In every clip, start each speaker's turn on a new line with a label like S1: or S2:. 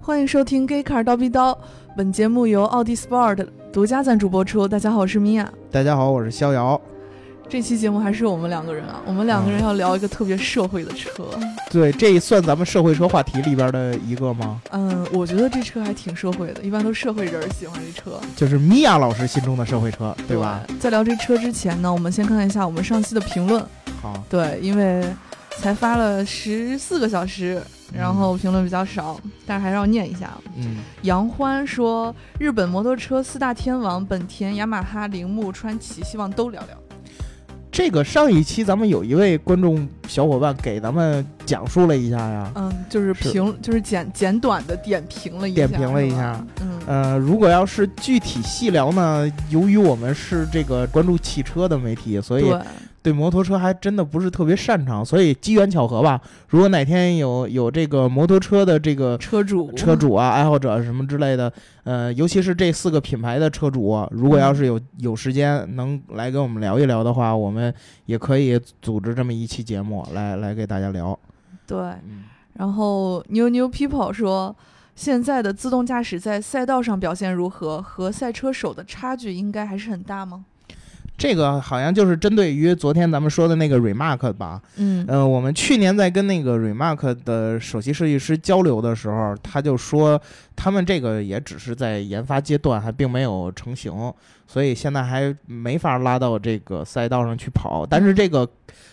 S1: 欢迎收听《Gay Car 刀逼刀》，本节目由奥迪 Sport 独家赞助播出。大家好，我是米娅。
S2: 大家好，我是逍遥。
S1: 这期节目还是我们两个人啊，我们两个人要聊一个特别社会的车。
S2: 对，这算咱们社会车话题里边的一个吗？
S1: 嗯，我觉得这车还挺社会的，一般都社会人儿喜欢这车，
S2: 就是米娅老师心中的社会车，对吧？？
S1: 在聊这车之前呢，我们先看一下我们上期的评论。
S2: 好，
S1: 对，因为才发了十四个小时，然后评论比较少，但是还是要念一下。
S2: 嗯，
S1: 杨欢说：“日本摩托车四大天王本田、雅马哈、铃木、川崎，希望都聊聊。
S2: 这个上一期咱们有一位观众小伙伴给咱们讲述了一下呀”。
S1: 嗯，就是
S2: 是
S1: 评，就是简简短的点评了一下，
S2: 点评了一
S1: 是吧
S2: 下。
S1: 嗯，
S2: 呃，如果要是具体细聊呢，由于我们是这个关注汽车的媒体，所以
S1: 对，
S2: 对摩托车还真的不是特别擅长，所以机缘巧合吧。如果哪天有有这个摩托车的这个
S1: 车主，
S2: 车主啊、爱好者什么之类的，呃，尤其是这四个品牌的车主啊、如果要是有有时间能来跟我们聊一聊的话，我们也可以组织这么一期节目来来给大家聊。
S1: 对。
S2: 嗯，
S1: 然后妞妞 people 说，现在的自动驾驶在赛道上表现如何？和赛车手的差距应该还是很大吗？
S2: 这个好像就是针对于昨天咱们说的那个 Remark 吧。
S1: 嗯
S2: 呃，我们去年在跟那个 Remark 的首席设计师交流的时候，他就说他们这个也只是在研发阶段，还并没有成型，所以现在还没法拉到这个赛道上去跑。但是这个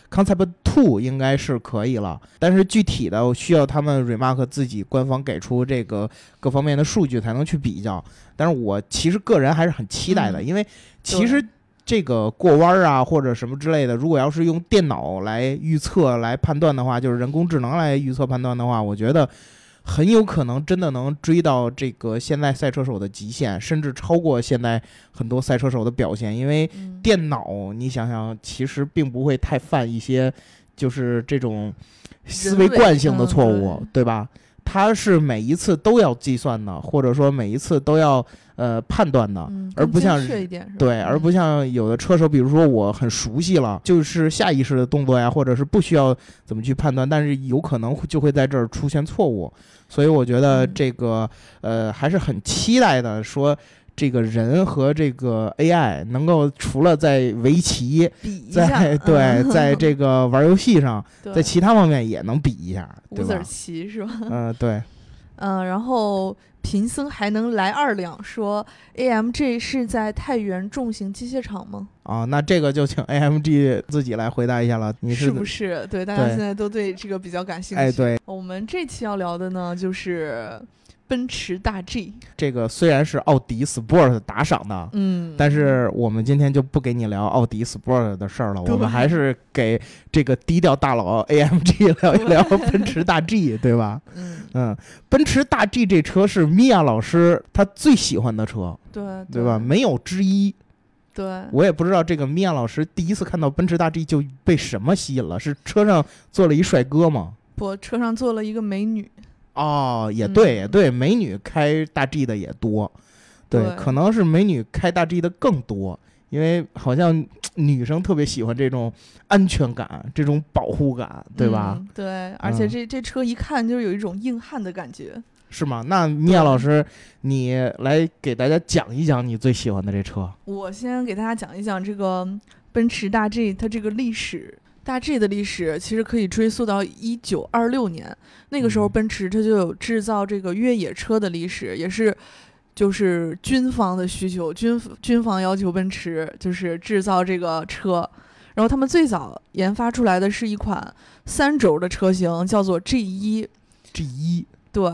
S2: Concept Two 应该是可以了，但是具体的需要他们 Remark 自己官方给出这个各方面的数据才能去比较。但是我其实个人还是很期待的，
S1: 嗯
S2: 因为其实这个过弯儿啊或者什么之类的，如果要是用电脑来预测、来判断的话，就是人工智能来预测判断的话，我觉得很有可能真的能追到这个现在赛车手的极限，甚至超过现在很多赛车手的表现。因为
S1: 嗯，
S2: 电脑，你想想，其实并不会太犯一些就是这种思维惯性的错误，
S1: 嗯
S2: 对吧？它是每一次都要计算的，或者说每一次都要呃判断的。
S1: 嗯，
S2: 而
S1: 更
S2: 不像
S1: 精确一点，是吧
S2: 对，而不像有的车手，比如说我很熟悉了，就是下意识的动作呀，或者是不需要怎么去判断，但是有可能会就会在这儿出现错误，所以我觉得
S1: 嗯
S2: 这个、呃还是很期待的，说这个人和这个 AI 能够除了在围棋，
S1: 比一下，嗯
S2: 在 对，在这个玩游戏上，
S1: 对
S2: 在其他方面也能比一下，
S1: 五
S2: 对
S1: 子
S2: 吧
S1: 儿？棋是吧？
S2: 嗯、对，
S1: 嗯，然后贫僧还能来二两说，AMG 是在太原重型机械厂吗？
S2: 啊，那这个就请 AMG 自己来回答一下了，你
S1: 是不是？对，大家
S2: 对
S1: 现在都对这个比较感兴趣。
S2: 哎，对，
S1: 我们这期要聊的呢，就是奔驰大 G。
S2: 这个虽然是奥迪 Sport 打赏的，
S1: 嗯，
S2: 但是我们今天就不给你聊奥迪 Sport 的事儿了，
S1: 对
S2: 我们还是给这个低调大佬 AMG 聊一聊奔驰大 G，对吧？
S1: 嗯，
S2: 嗯，奔驰大 G 这车是米娅老师她最喜欢的车，
S1: 对
S2: 对吧？没有之一。
S1: 对，
S2: 我也不知道这个米娅老师第一次看到奔驰大 G 就被什么吸引了，是车上坐了一帅哥吗？
S1: 不，车上坐了一个美女。
S2: 哦，也
S1: 嗯
S2: 对，也对，美女开大 G 的也多，对，
S1: 对
S2: 可能是美女开大 G 的更多，因为好像嘖女生特别喜欢这种安全感、这种保护感，对吧？
S1: 嗯对，而且
S2: 嗯
S1: 这、这车一看就是有一种硬汉的感觉。
S2: 是吗？那米娅老师，你来给大家讲一讲你最喜欢的这车。
S1: 我先给大家讲一讲这个奔驰大 G 它这个历史。大 G 的历史其实可以追溯到一九二六年，那个时候
S2: 嗯
S1: 奔驰它就有制造这个越野车的历史，也是就是军方的需求，军军方要求奔驰就是制造这个车，然后他们最早研发出来的是一款三轴的车型，叫做 G 一，
S2: G 一，
S1: 对，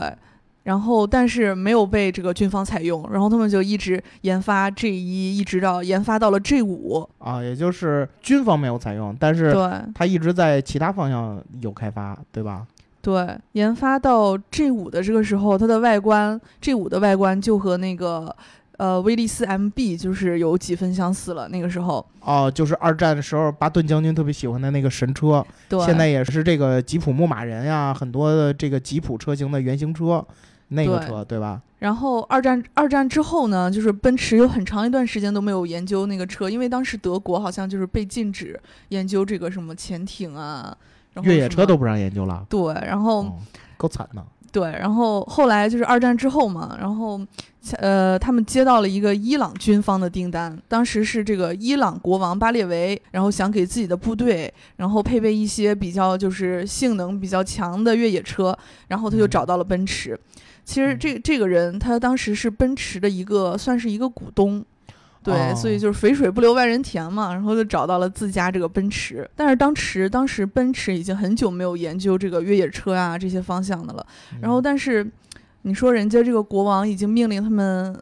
S1: 然后但是没有被这个军方采用，然后他们就一直研发 G 一，一直到研发到了 G 五，
S2: 啊，也就是军方没有采用，但是
S1: 对
S2: 它一直在其他方向有开发，对吧？
S1: 对，研发到 G 五的这个时候，它的外观 G 五的外观就和那个呃威利斯 MB 就是有几分相似了，那个时候，
S2: 哦，就是二战的时候，巴顿将军特别喜欢的那个神车，
S1: 对，
S2: 现在也是这个吉普牧马人呀，很多的这个吉普车型的原型车，那个
S1: 对
S2: 车对吧？
S1: 然后二战二战之后呢，就是奔驰有很长一段时间都没有研究那个车，因为当时德国好像就是被禁止研究这个什么潜艇啊，然后
S2: 越野
S1: 什
S2: 车
S1: 么
S2: 都不让研究了，
S1: 对，然后
S2: 哦，够惨的。
S1: 对，然后后来就是二战之后嘛，然后呃，他们接到了一个伊朗军方的订单，当时是这个伊朗国王巴列维，然后想给自己的部队，然后配备一些比较就是性能比较强的越野车，然后他就
S2: 嗯
S1: 找到了奔驰。其实这这个人他当时是奔驰的一个算是一个股东。对，
S2: 哦
S1: 所以就是肥水不流外人田嘛，然后就找到了自家这个奔驰。但是当时当时奔驰已经很久没有研究这个越野车啊这些方向的了，
S2: 嗯
S1: 然后，但是你说人家这个国王已经命令他们，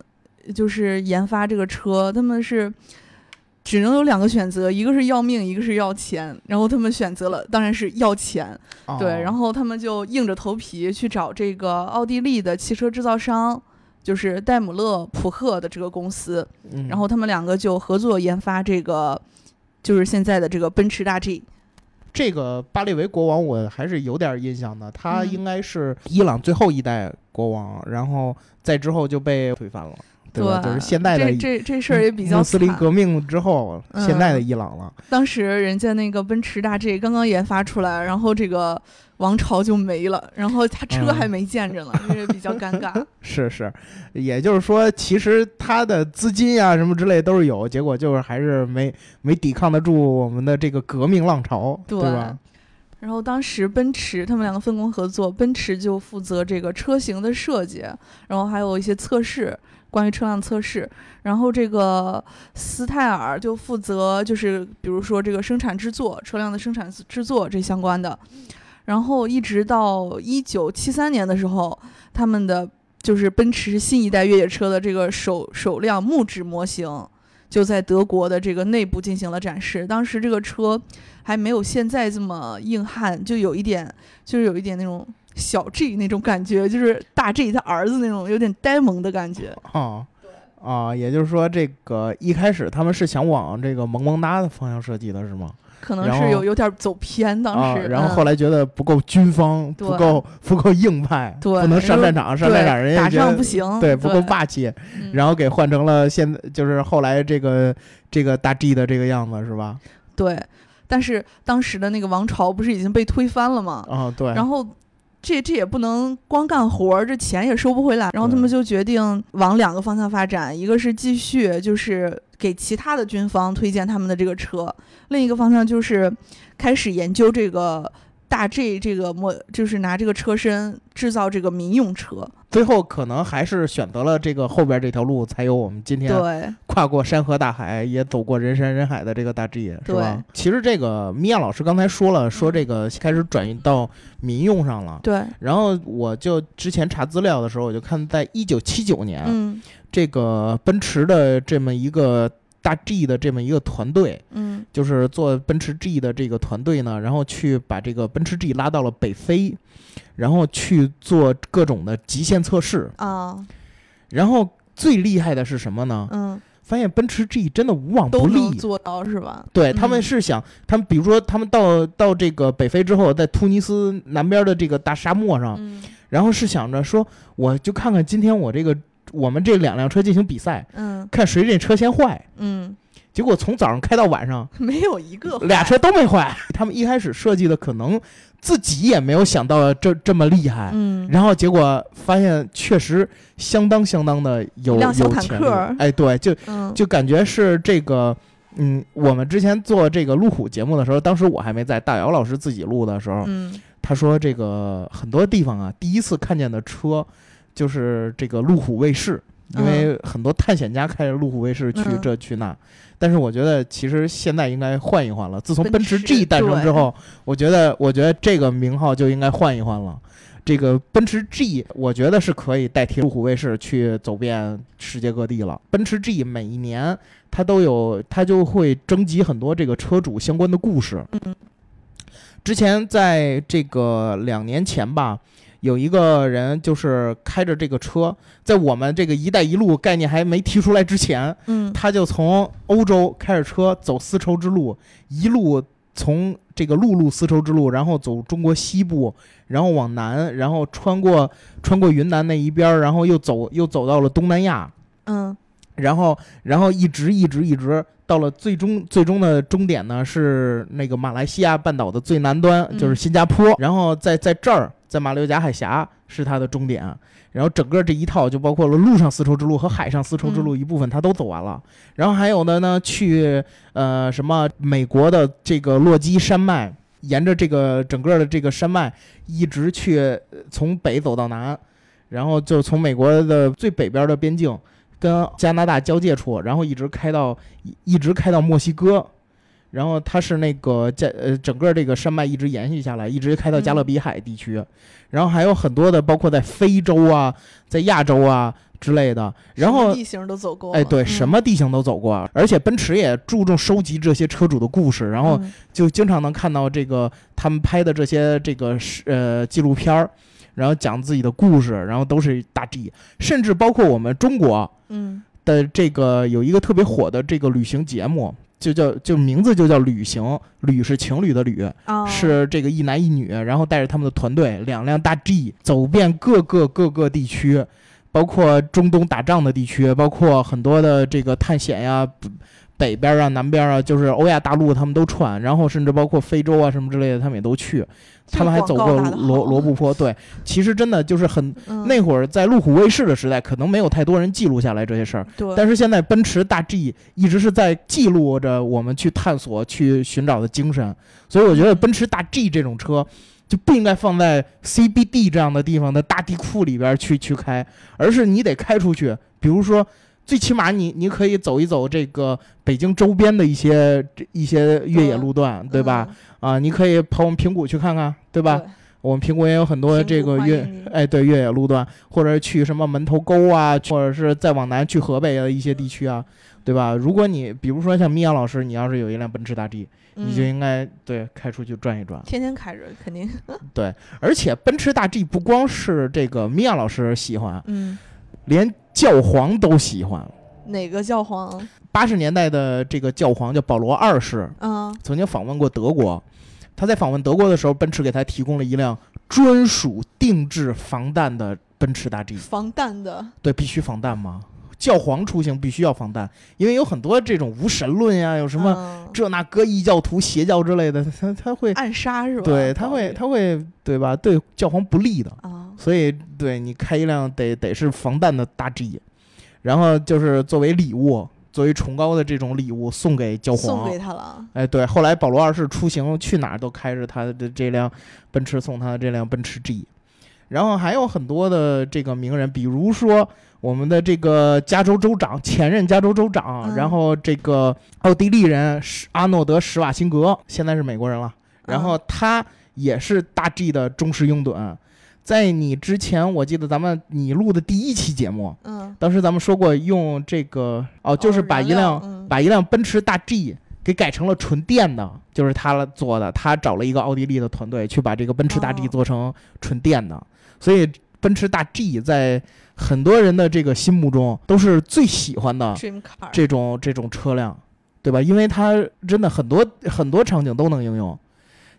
S1: 就是研发这个车，他们是只能有两个选择，一个是要命，一个是要钱。然后他们选择了，当然是要钱。
S2: 哦
S1: 对，然后他们就硬着头皮去找这个奥地利的汽车制造商。就是戴姆勒普克的这个公司，
S2: 嗯
S1: 然后他们两个就合作研发这个，就是现在的这个奔驰大 G。
S2: 这个巴列维国王我还是有点印象的，他
S1: 嗯
S2: 应该是伊朗最后一代国王，然后在之后就被推翻了，吧？就是现代的
S1: 这这这事儿也比较
S2: 穆斯林
S1: 惨
S2: 革命之后，
S1: 嗯
S2: 现代的伊朗了。
S1: 当时人家那个奔驰大 G 刚刚研发出来，然后这个王朝就没了，然后他车
S2: 嗯
S1: 还没见着呢，这、比较尴尬。
S2: 是是，也就是说，其实他的资金呀、什么之类都是有，结果就是还是没没抵抗得住我们的这个革命浪潮，对
S1: 对
S2: 吧？
S1: 然后当时奔驰他们两个分工合作，奔驰就负责这个车型的设计，然后还有一些测试，关于车辆测试。然后这个斯泰尔就负责就是比如说这个生产制作、车辆的生产制作这相关的。然后一直到一九七三年的时候，他们的就是奔驰新一代越野车的这个首首辆木质模型。就在德国的这个内部进行了展示。当时这个车还没有现在这么硬汉，就有一点，就是有一点那种小 G 那种感觉，就是大 G 他儿子那种有点呆萌的感觉。
S2: 啊啊，也就是说，这个一开始他们是想往这个萌萌哒的方向设计的，是吗？
S1: 可能
S2: 然后
S1: 是有有点走偏，当
S2: 啊
S1: 时。，
S2: 然后
S1: 嗯
S2: 后来觉得不够军方，
S1: 对
S2: 不够不够硬派，
S1: 对
S2: 不能上
S1: 然后
S2: 战场，上
S1: 对
S2: 战场人家
S1: 打
S2: 觉得
S1: 仗不行，
S2: 对，不够霸气，
S1: 嗯
S2: 然后给换成了现在就是后来这个这个大 G 的这个样子是吧？
S1: 对，但是当时的那个王朝不是已经被推翻了吗？
S2: 啊，对，
S1: 然后这这也不能光干活儿，这钱也收不回来。然后他们就决定往两个方向发展，一个是继续就是给其他的军方推荐他们的这个车，另一个方向就是开始研究这个。大 G 这个模就是拿这个车身制造这个民用车，
S2: 最后可能还是选择了这个后边这条路，才有我们今天
S1: 对
S2: 跨过山河大海，也走过人山人海的这个大 G，是
S1: 对？
S2: 吧其实这个米娅老师刚才说了，说这个开始转移到民用上了。
S1: 对，
S2: 然后我就之前查资料的时候，我就看在一九七九年，
S1: 嗯
S2: 这个奔驰的这么一个大 G 的这么一个团队，
S1: 嗯
S2: 就是做奔驰 G 的这个团队呢，然后去把这个奔驰 G 拉到了北非，然后去做各种的极限测试。
S1: 啊
S2: 然后最厉害的是什么呢？
S1: 嗯，
S2: 发现奔驰 G 真的无往
S1: 都
S2: 不
S1: 能
S2: 利。
S1: 做到是吧？
S2: 对他们
S1: 嗯
S2: 是想，他们比如说他们到到这个北非之后，在突尼斯南边的这个大沙漠上，
S1: 嗯
S2: 然后是想着说，我就看看今天我这个我们这两辆车进行比赛，
S1: 嗯
S2: 看谁这车先坏。
S1: 嗯，
S2: 结果从早上开到晚上，
S1: 没有一 个
S2: 俩
S1: 坏
S2: 车都没坏。他们一开始设计的可能自己也没有想到这这么厉害，
S1: 嗯
S2: 然后结果发现确实相当相当的有
S1: 一
S2: 有
S1: 辆小坦
S2: 潜力
S1: 克儿。
S2: 哎，对，就
S1: 嗯
S2: 就感觉是这个，嗯，我们之前做这个路虎节目的时候，当时我还没在，大姚老师自己录的时候，
S1: 嗯
S2: 他说这个很多地方啊，第一次看见的车就是这个路虎卫士，因为很多探险家开着路虎卫士去
S1: 嗯
S2: 这去那。但是我觉得其实现在应该换一换了，自从奔
S1: 奔
S2: 驰
S1: 驰
S2: G 诞生之后，我觉得我觉得这个名号就应该换一换了。这个奔驰 G，我觉得是可以代替路虎卫士去走遍世界各地了。奔驰 G 每一年它都有，它就会征集很多这个车主相关的故事。
S1: 嗯
S2: 之前在这个两年前吧，有一个人就是开着这个车，在我们这个“一带一路”概念还没提出来之前，
S1: 嗯
S2: 他就从欧洲开着车走丝绸之路，一路从这个陆路丝绸之路，然后走中国西部，然后往南，然后穿过穿过云南那一边儿，然后又走又走到了东南亚，
S1: 嗯
S2: 然后然后一直一直一直到了最终最终的终点呢，是那个马来西亚半岛的最南端，
S1: 嗯
S2: 就是新加坡。然后在在这儿，在马六甲海峡是它的终点。然后整个这一套就包括了陆上丝绸之路和海上丝绸之路一部分，它都走完了。然后还有的呢，去呃什么美国的这个落基山脉，沿着这个整个的这个山脉一直去呃从北走到南，然后就从美国的最北边的边境跟加拿大交界处，然后一直开到一一直开到墨西哥。然后它是那个加呃整个这个山脉一直延续下来，一直开到加勒比海地区，然后还有很多的包括在非洲啊、在亚洲啊之类的。然
S1: 什么
S2: 后
S1: 地形都走过了，
S2: 哎，对，
S1: 嗯
S2: 什么地形都走过，而且奔驰也注重收集这些车主的故事，然后
S1: 嗯
S2: 就经常能看到这个他们拍的这些这个是呃纪录片儿，然后讲自己的故事，然后都是大 G，甚至包括我们中国
S1: 嗯
S2: 的这个有一个特别火的这个旅行节目。就叫就名字就叫旅行，旅是情侣的旅，
S1: 啊
S2: 是这个一男一女，然后带着他们的团队，两辆大 G 走遍各个各个地区，包括中东打仗的地区，包括很多的这个探险呀、不北边啊、南边啊，就是欧亚大陆他们都串，然后甚至包括非洲啊什么之类的，他们也都去，
S1: 这个
S2: 他们还走过
S1: 广告打得好
S2: 罗罗布泊。对，其实真的就是很
S1: 嗯
S2: 那会儿在路虎卫士的时代，可能没有太多人记录下来这些事儿，
S1: 对，
S2: 但是现在奔驰大 G 一直是在记录着我们去探索、去寻找的精神，所以我觉得奔驰大 G 这种车就不应该放在 CBD 这样的地方的大地库里边去去开，而是你得开出去，比如说。最起码你你可以走一走这个北京周边的一些这一些越野路段，对吧？
S1: 嗯
S2: 啊，你可以跑我们平谷去看看，
S1: 对
S2: 对吧？？我们苹果也有很多
S1: 平谷
S2: 这个
S1: 欢
S2: 越
S1: 迎你
S2: 哎对越野路段，或者去什么门头沟啊，或者是再往南去河北的一些地区啊，对吧？如果你比如说像米娅老师，你要是有一辆奔驰大 G，、你就
S1: 嗯
S2: 应该对开出去转一转。
S1: 天天开着，肯定，
S2: 而且奔驰大 G 不光是这个米娅老师喜欢，
S1: 嗯，
S2: 连教皇都喜欢。
S1: 哪个教皇？
S2: 八十年代的这个教皇叫保罗二世，
S1: 嗯
S2: 曾经访问过德国。他在访问德国的时候，奔驰给他提供了一辆专属定制防弹的奔驰大 G。
S1: 防弹的，
S2: 对，必须防弹吗？教皇出行必须要防弹，因为有很多这种无神论呀，有什么
S1: 么
S2: 这那各异教徒、邪教之类的，他他会，
S1: 嗯暗杀哎是吧？哦
S2: 对，他会，他会，对吧？对教皇不利的，
S1: 啊，
S2: 所以对你开一辆得得是防弹的大 G，然后就是作为礼物，作为崇高的这种礼物送给教
S1: 送
S2: 皇
S1: 给。他了，
S2: 哎，对，后来保罗二世出行去哪儿都开着他的这辆奔驰，送他的这辆奔驰 G。然后还有很多的这个名人，比如说我们的这个加州州长，前任加州州长，
S1: 嗯
S2: 然后这个奥地利人施阿诺德·施瓦辛格，现在是美国人了。
S1: 嗯
S2: 然后他也是大 G 的忠实拥趸。在你之前，我记得咱们你录的第一期节目，
S1: 嗯，
S2: 当时咱们说过用这个哦，就是把一
S1: 原料
S2: 辆
S1: 嗯
S2: 把一辆奔驰大 G 给改成了纯电的，就是他做的。他找了一个奥地利的团队去把这个奔驰大 G
S1: 哦
S2: 做成纯电的，所以奔驰大 G 在很多人的这个心目中都是最喜欢的
S1: dream car，
S2: 这种这种车辆，对吧？因为它真的很多很多场景都能应用。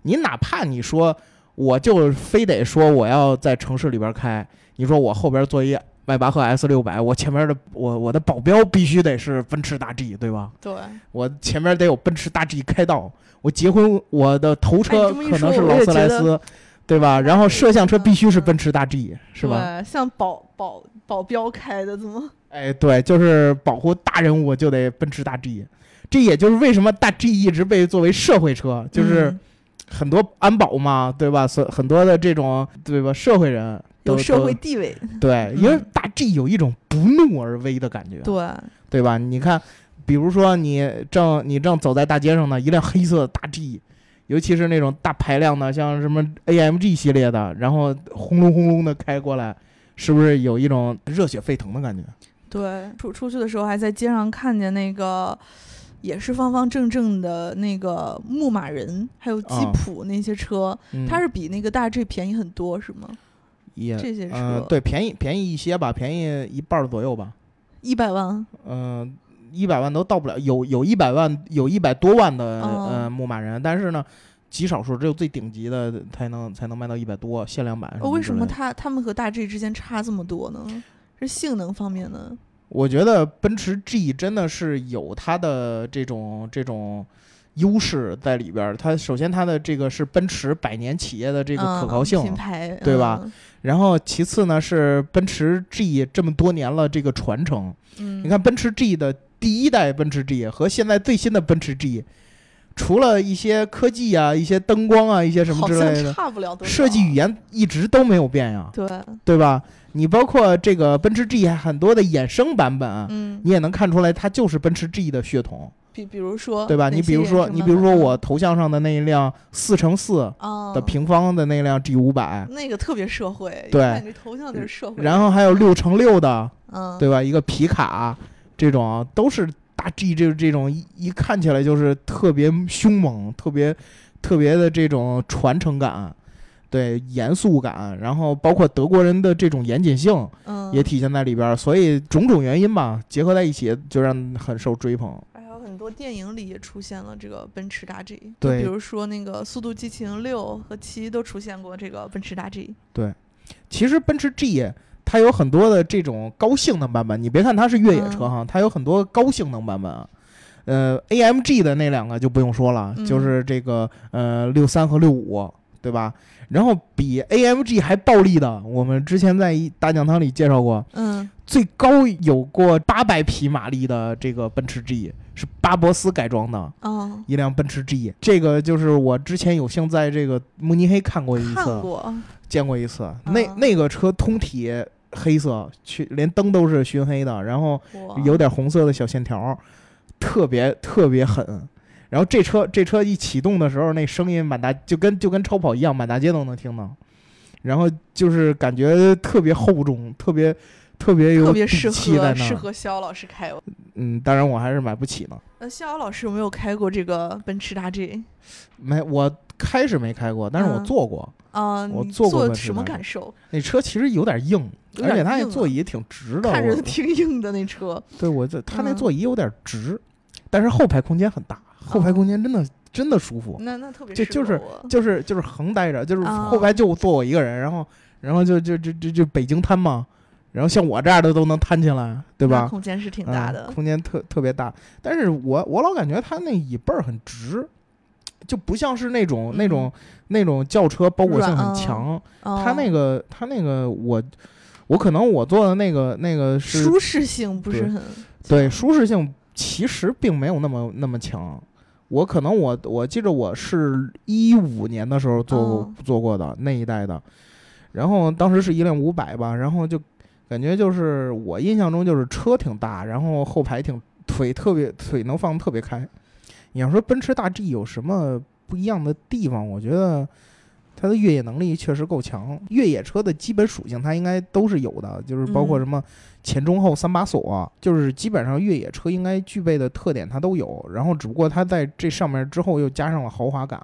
S2: 你哪怕你说我就非得说我要在城市里边开，你说我后边坐一迈巴赫 S 六百，我前面的我我的保镖必须得是奔驰大 G，对吧？
S1: 对，
S2: 我前面得有奔驰大 G 开道，我结婚我的头
S1: 哎
S2: 车
S1: 你这么一
S2: 可能是
S1: 说我
S2: 劳
S1: 也
S2: 斯
S1: 觉
S2: 莱
S1: 得
S2: 斯，对吧？然后摄像车必须是
S1: 嗯
S2: 奔驰大 G，是吧？
S1: 对？像保保保镖开的，怎么？
S2: 哎，对，就是保护大人物就得奔驰大 G，这也就是为什么大 G 一直被作为社会车，就是
S1: 嗯
S2: 很多安保嘛，对吧？所很多的这种对吧，社会人都
S1: 有社会嗯
S2: 都啊
S1: 地位，
S2: 对，因为大 G 有一种不怒而威的感觉，
S1: 对，
S2: 对吧？你看，比如说你正你正走在大街上呢，一辆黑色的大 G。尤其是那种大排量的，像什么 AMG 系列的，然后轰隆轰隆的开过来，是不是有一种热血沸腾的感觉？
S1: 对，出出去的时候还在街上看见那个，也是方方正正的那个牧马人，还有吉
S2: 啊
S1: 普那些车，
S2: 嗯、
S1: 它是比那个大 G 便宜很多，是吗？
S2: 也
S1: 这些
S2: 嗯、
S1: 车
S2: 对，便宜便宜一些吧，便宜一半儿左右吧，
S1: 一百万，
S2: 嗯、一百万都到不了，有有一百万，有一百多万的、呃
S1: 哦
S2: 牧马人，但是呢，极少数，只有最顶级的才能才能卖到一百多，哎
S1: 哦
S2: 限量版之类的。
S1: 哦，为什么它它们和大 G 之间差这么多呢？是性能方面呢？
S2: 我觉得奔驰 G 真的是有它的这种这种优势在里边儿。它首先它的这个是奔驰百年企业的这
S1: 这
S2: 个可靠性，
S1: 嗯品牌
S2: 对吧？
S1: 嗯
S2: 然后其次呢是奔驰 G 这么多年了这个传承。
S1: 嗯，
S2: 你看奔驰 G 的第一代奔驰 G 和现在最新的奔驰 G，除了一些科技啊、一些灯光啊、一些什么
S1: 好
S2: 之
S1: 像
S2: 类的，
S1: 差不了多少
S2: 设计语言啊一直都没有变呀，
S1: 对，
S2: 对吧？你包括这个奔驰 G 还很多的衍生版本啊，
S1: 嗯，
S2: 你也能看出来它就是奔驰 G 的血统，
S1: 比比如说
S2: 对吧？
S1: 哪
S2: 你比
S1: 些
S2: 如
S1: 也
S2: 说，
S1: 是
S2: 你
S1: 慢
S2: 比如说
S1: 慢
S2: 我头像上的那一辆四乘四
S1: 啊
S2: 的平方的那辆 G 五百，
S1: 那个特别社会，一
S2: 对
S1: 看你这头像就是社会，
S2: 然后还有六乘六的，
S1: 嗯，
S2: 对吧？一个皮卡这种都是大 G 这这种一一看起来就是特别凶猛、特别特别的这种传承感，对严肃感，然后包括德国人的这种严谨性
S1: 嗯，
S2: 也体现在里边儿，所以种种原因吧，结合在一起就让很受追捧。
S1: 还有很多电影里也出现了这个奔驰大 G，就
S2: 对
S1: 比如说那个《速度激情六》和七都出现过这个奔驰大 G，
S2: 其实奔驰 G。它有很多的这种高性能版本，你别看它是越野车
S1: 嗯
S2: 哈，它有很多高性能版本啊。呃，AMG 的那两个就不用说了，
S1: 嗯
S2: 就是这个呃六三和六五，对吧？然后比 AMG 还暴力的，我们之前在一大讲堂里介绍过，
S1: 嗯，
S2: 最高有过八百匹马力的这个奔驰 G 是巴博斯改装的
S1: 哦，
S2: 一辆奔驰 G，这个就是我之前有幸在这个慕尼黑看过一次，
S1: 看过，
S2: 见过一次，那
S1: 啊
S2: 那个车通体黑色，去连灯都是熏黑的，然后
S1: 哇
S2: 有点红色的小线条，特别特别狠。然后这车这车一启动的时候，那声音满大就跟就跟超跑一样，满大街都能听到。然后就是感觉特别厚重，特别特别有
S1: 特别
S2: 底
S1: 适
S2: 气在
S1: 合
S2: 那
S1: 适
S2: 儿。
S1: 合肖老师开。
S2: 嗯，当然我还是买不起呢。
S1: 呃，逍遥老师有没有开过这个奔驰大 G？
S2: 没，我开是没开过，但是我
S1: 嗯
S2: 坐过。
S1: 啊、
S2: 我
S1: 你
S2: 坐过奔驰
S1: 什么
S2: 大 G
S1: 感受？
S2: 那车其实有点硬，
S1: 有
S2: 而且
S1: 点
S2: 它那
S1: 硬啊
S2: 座椅挺直的，
S1: 看着
S2: 我
S1: 挺硬的那车，
S2: 对我这它那
S1: 嗯
S2: 座椅有点直，但是后排空间很大，后
S1: 嗯
S2: 排空间真的、真的舒服，
S1: 那那特别
S2: 这
S1: 适
S2: 就是
S1: 合我
S2: 就是就是横待着，就是
S1: 啊
S2: 后排就坐我一个人，然后然后就就就就就北京瘫嘛，然后像我这样的都能瘫起来，对
S1: 那
S2: 吧？
S1: 空间是挺
S2: 嗯
S1: 大的，
S2: 空间特特别大，但是我我老感觉它那椅背儿很直。就不像是那种那种、那种轿车包裹性
S1: 嗯软
S2: 很
S1: 啊
S2: 强，
S1: 哦
S2: 它那个它那个我我可能我坐的那个那个是
S1: 舒适性不是
S2: 对
S1: 很
S2: 对
S1: 强
S2: 舒适性其实并没有那么那么强。我可能我我记着我是一五年的时候坐过、
S1: 嗯
S2: 坐过的那一代的，然后当时是一辆五百吧，然后就感觉就是我印象中就是车挺大，然后后排挺腿特别腿能放得特别开。你要说奔驰大 G 有什么不一样的地方，我觉得它的越野能力确实够强。越野车的基本属性它应该都是有的，就是包括
S1: 嗯
S2: 什么前中后三把锁、啊，就是基本上越野车应该具备的特点它都有。然后只不过它在这上面之后又加上了豪华感，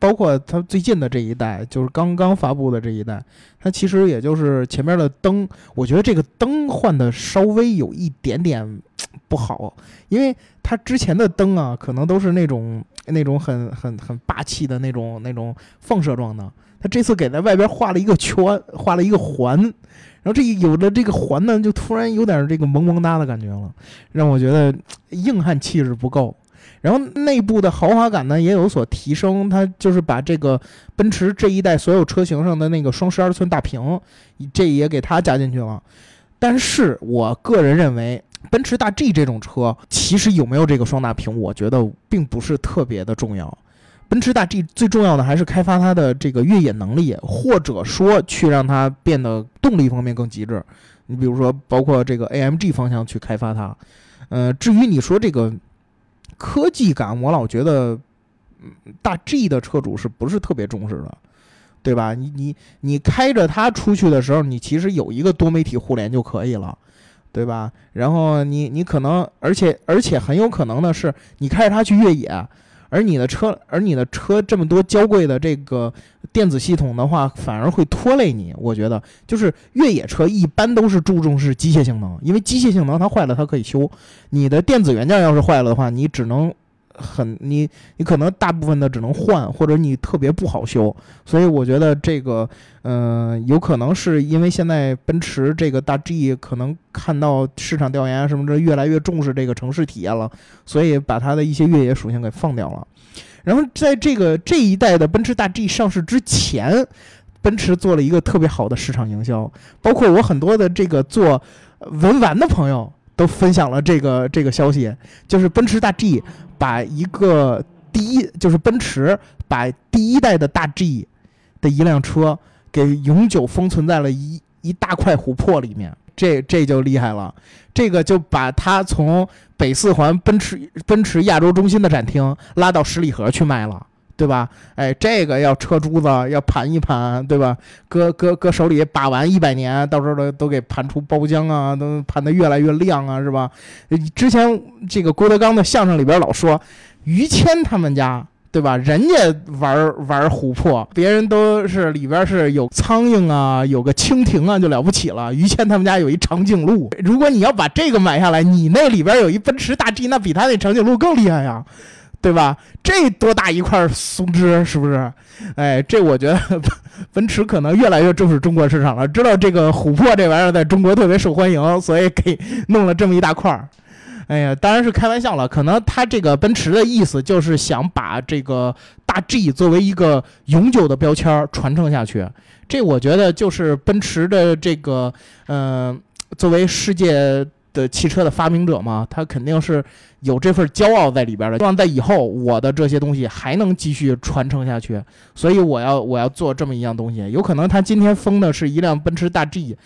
S2: 包括它最近的这一代，就是刚刚发布的这一代，它其实也就是前面的灯，我觉得这个灯换的稍微有一点点不好，因为它之前的灯啊，可能都是那种那种很很很霸气的那种那种放射状的。它这次给在外边画了一个圈，画了一个环，然后这一有了这个环呢，就突然有点这个萌萌哒的感觉了，让我觉得硬汉气质不够。然后内部的豪华感呢也有所提升，它就是把这个奔驰这一代所有车型上的那个双十二寸大屏，这也给它加进去了。但是我个人认为，奔驰大 G 这种车其实有没有这个双大屏，我觉得并不是特别的重要。奔驰大 G 最重要的还是开发它的这个越野能力，或者说去让它变得动力方面更极致。你比如说，包括这个 AMG 方向去开发它。呃，至于你说这个科技感，我老觉得嗯大 G 的车主是不是特别重视的，对吧？你你你开着它出去的时候，你其实有一个多媒体互联就可以了。对吧？然后你你可能，而且而且很有可能的是，你开着它去越野，而你的车，而你的车这么多娇贵的这个电子系统的话，反而会拖累你。我觉得，就是越野车一般都是注重是机械性能，因为机械性能它坏了它可以修，你的电子元件要是坏了的话，你只能很你你可能大部分的只能换，或者你特别不好修。所以我觉得这个，嗯、有可能是因为现在奔驰这个大 G 可能看到市场调研啊什么的越来越重视这个城市体验了，所以把它的一些越野属性给放掉了。然后在这个这一代的奔驰大 G 上市之前，奔驰做了一个特别好的市场营销，包括我很多的这个做文玩的朋友都分享了这个这个消息，就是奔驰大 G 把一个第一就是奔驰把第一代的大 G 的一辆车给永久封存在了一一大块琥珀里面，这这就厉害了，这个就把它从北四环奔驰奔驰亚洲中心的展厅拉到十里河去卖了。对吧？哎，这个要车珠子，要盘一盘，对吧？搁搁搁手里把玩一百年，到时候都都给盘出包浆啊，都盘得越来越亮啊，是吧？呃之前这个郭德纲的相声里边老说，于谦他们家。对吧？人家玩玩琥珀，别人都是里边是有苍蝇啊，有个蜻蜓啊，就了不起了。于谦他们家有一长颈鹿，如果你要把这个买下来，你那里边有一奔驰大 G，那比他那长颈鹿更厉害呀，对吧？这多大一块松枝，是不是？哎，这我觉得 奔驰可能越来越重视中国市场了，知道这个琥珀这玩意儿在中国特别受欢迎，所以给弄了这么一大块儿。哎呀，当然是开玩笑了。可能他这个奔驰的意思就是想把这个大 G 作为一个永久的标签儿传承下去。这我觉得就是奔驰的这个，嗯、作为世界的汽车的发明者嘛，他肯定是有这份骄傲在里边的。希望在以后我的这些东西还能继续传承下去，所以我要我要做这么一样东西。有可能他今天封的是一辆奔驰大 G，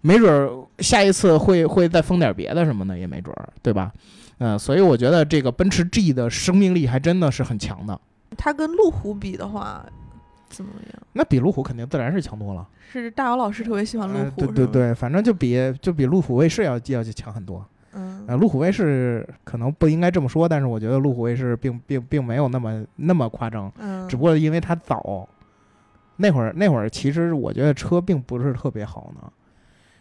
S2: 没准儿下一次会会再封点别的什么的，也没准儿，对吧？嗯、所以我觉得这个奔驰 G 的生命力还真的是很强的。
S1: 它跟路虎比的话，怎么样？
S2: 那比路虎肯定自然是强多了。
S1: 是大姚老师特别喜欢啊路
S2: 呃
S1: 虎，
S2: 对对，对，反正就比就比路虎卫士要要强很多。
S1: 嗯，
S2: 呃，路虎卫士可能不应该这么说，但是我觉得路虎卫士并并并没有那么那么夸张，
S1: 嗯，
S2: 只不过因为它早，那会儿那会儿其实我觉得车并不是特别好呢。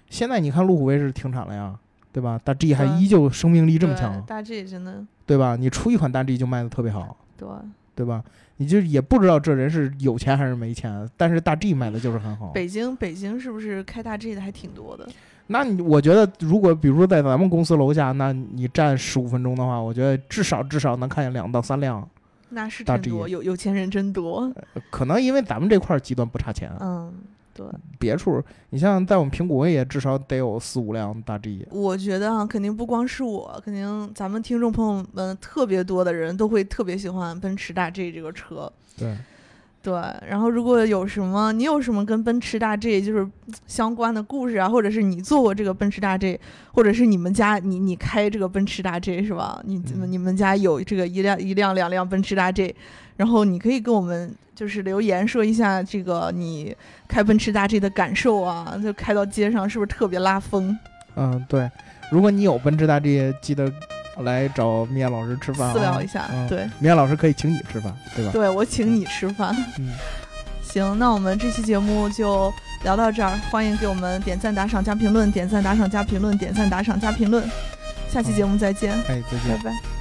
S2: 现在你看路虎卫士停产了呀，对吧？大 G 还
S1: 对啊
S2: 依旧生命力这么
S1: 对
S2: 强，
S1: 大 G 真的
S2: 对吧？你出一款大 G 就卖的特别好，
S1: 对，
S2: 对吧？你就也不知道这人是有钱还是没钱，但是大 G 卖的就是很好。
S1: 北京北京是不是开大 G 的还挺多的？
S2: 那你我觉得，如果比如说在咱们公司楼下，那你站十五分钟的话，我觉得至少至少能看见两到三辆。
S1: 那是
S2: 大
S1: 挺
S2: G 哎
S1: 多，有有钱人真多，
S2: 可能因为咱们这块儿极端不差钱，
S1: 嗯，对。
S2: 别处你像在我们平谷也至少得有四五辆大 G。
S1: 我觉得啊，肯定不光是我，肯定咱们听众朋友们特别多的人都会特别喜欢奔驰大 G 这个车。
S2: 对，
S1: 对，然后如果有什么，你有什么跟奔驰大 G 就是相关的故事啊，或者是你坐过这个奔驰大 G，或者是你们家你你开这个奔驰大 G 是吧？你你们
S2: 嗯
S1: 你们家有这个一辆一辆两辆奔驰大 G，然后你可以跟我们就是留言说一下这个你开奔驰大 G 的感受啊，就开到街上是不是特别拉风？
S2: 嗯对，如果你有奔驰大 G，记得来找米娅老师吃饭、啊，
S1: 私聊一下，
S2: 嗯、，
S1: 对。
S2: 米娅老师可以请你吃饭， 对吧？
S1: 对我请你吃饭。
S2: 嗯
S1: 行，那我们这期节目就聊到这儿，欢迎给我们点赞、打赏、加评论，点赞、打赏、加评论，点赞、打赏、加评论。下期节目再见，
S2: 哎，再见
S1: 拜。拜。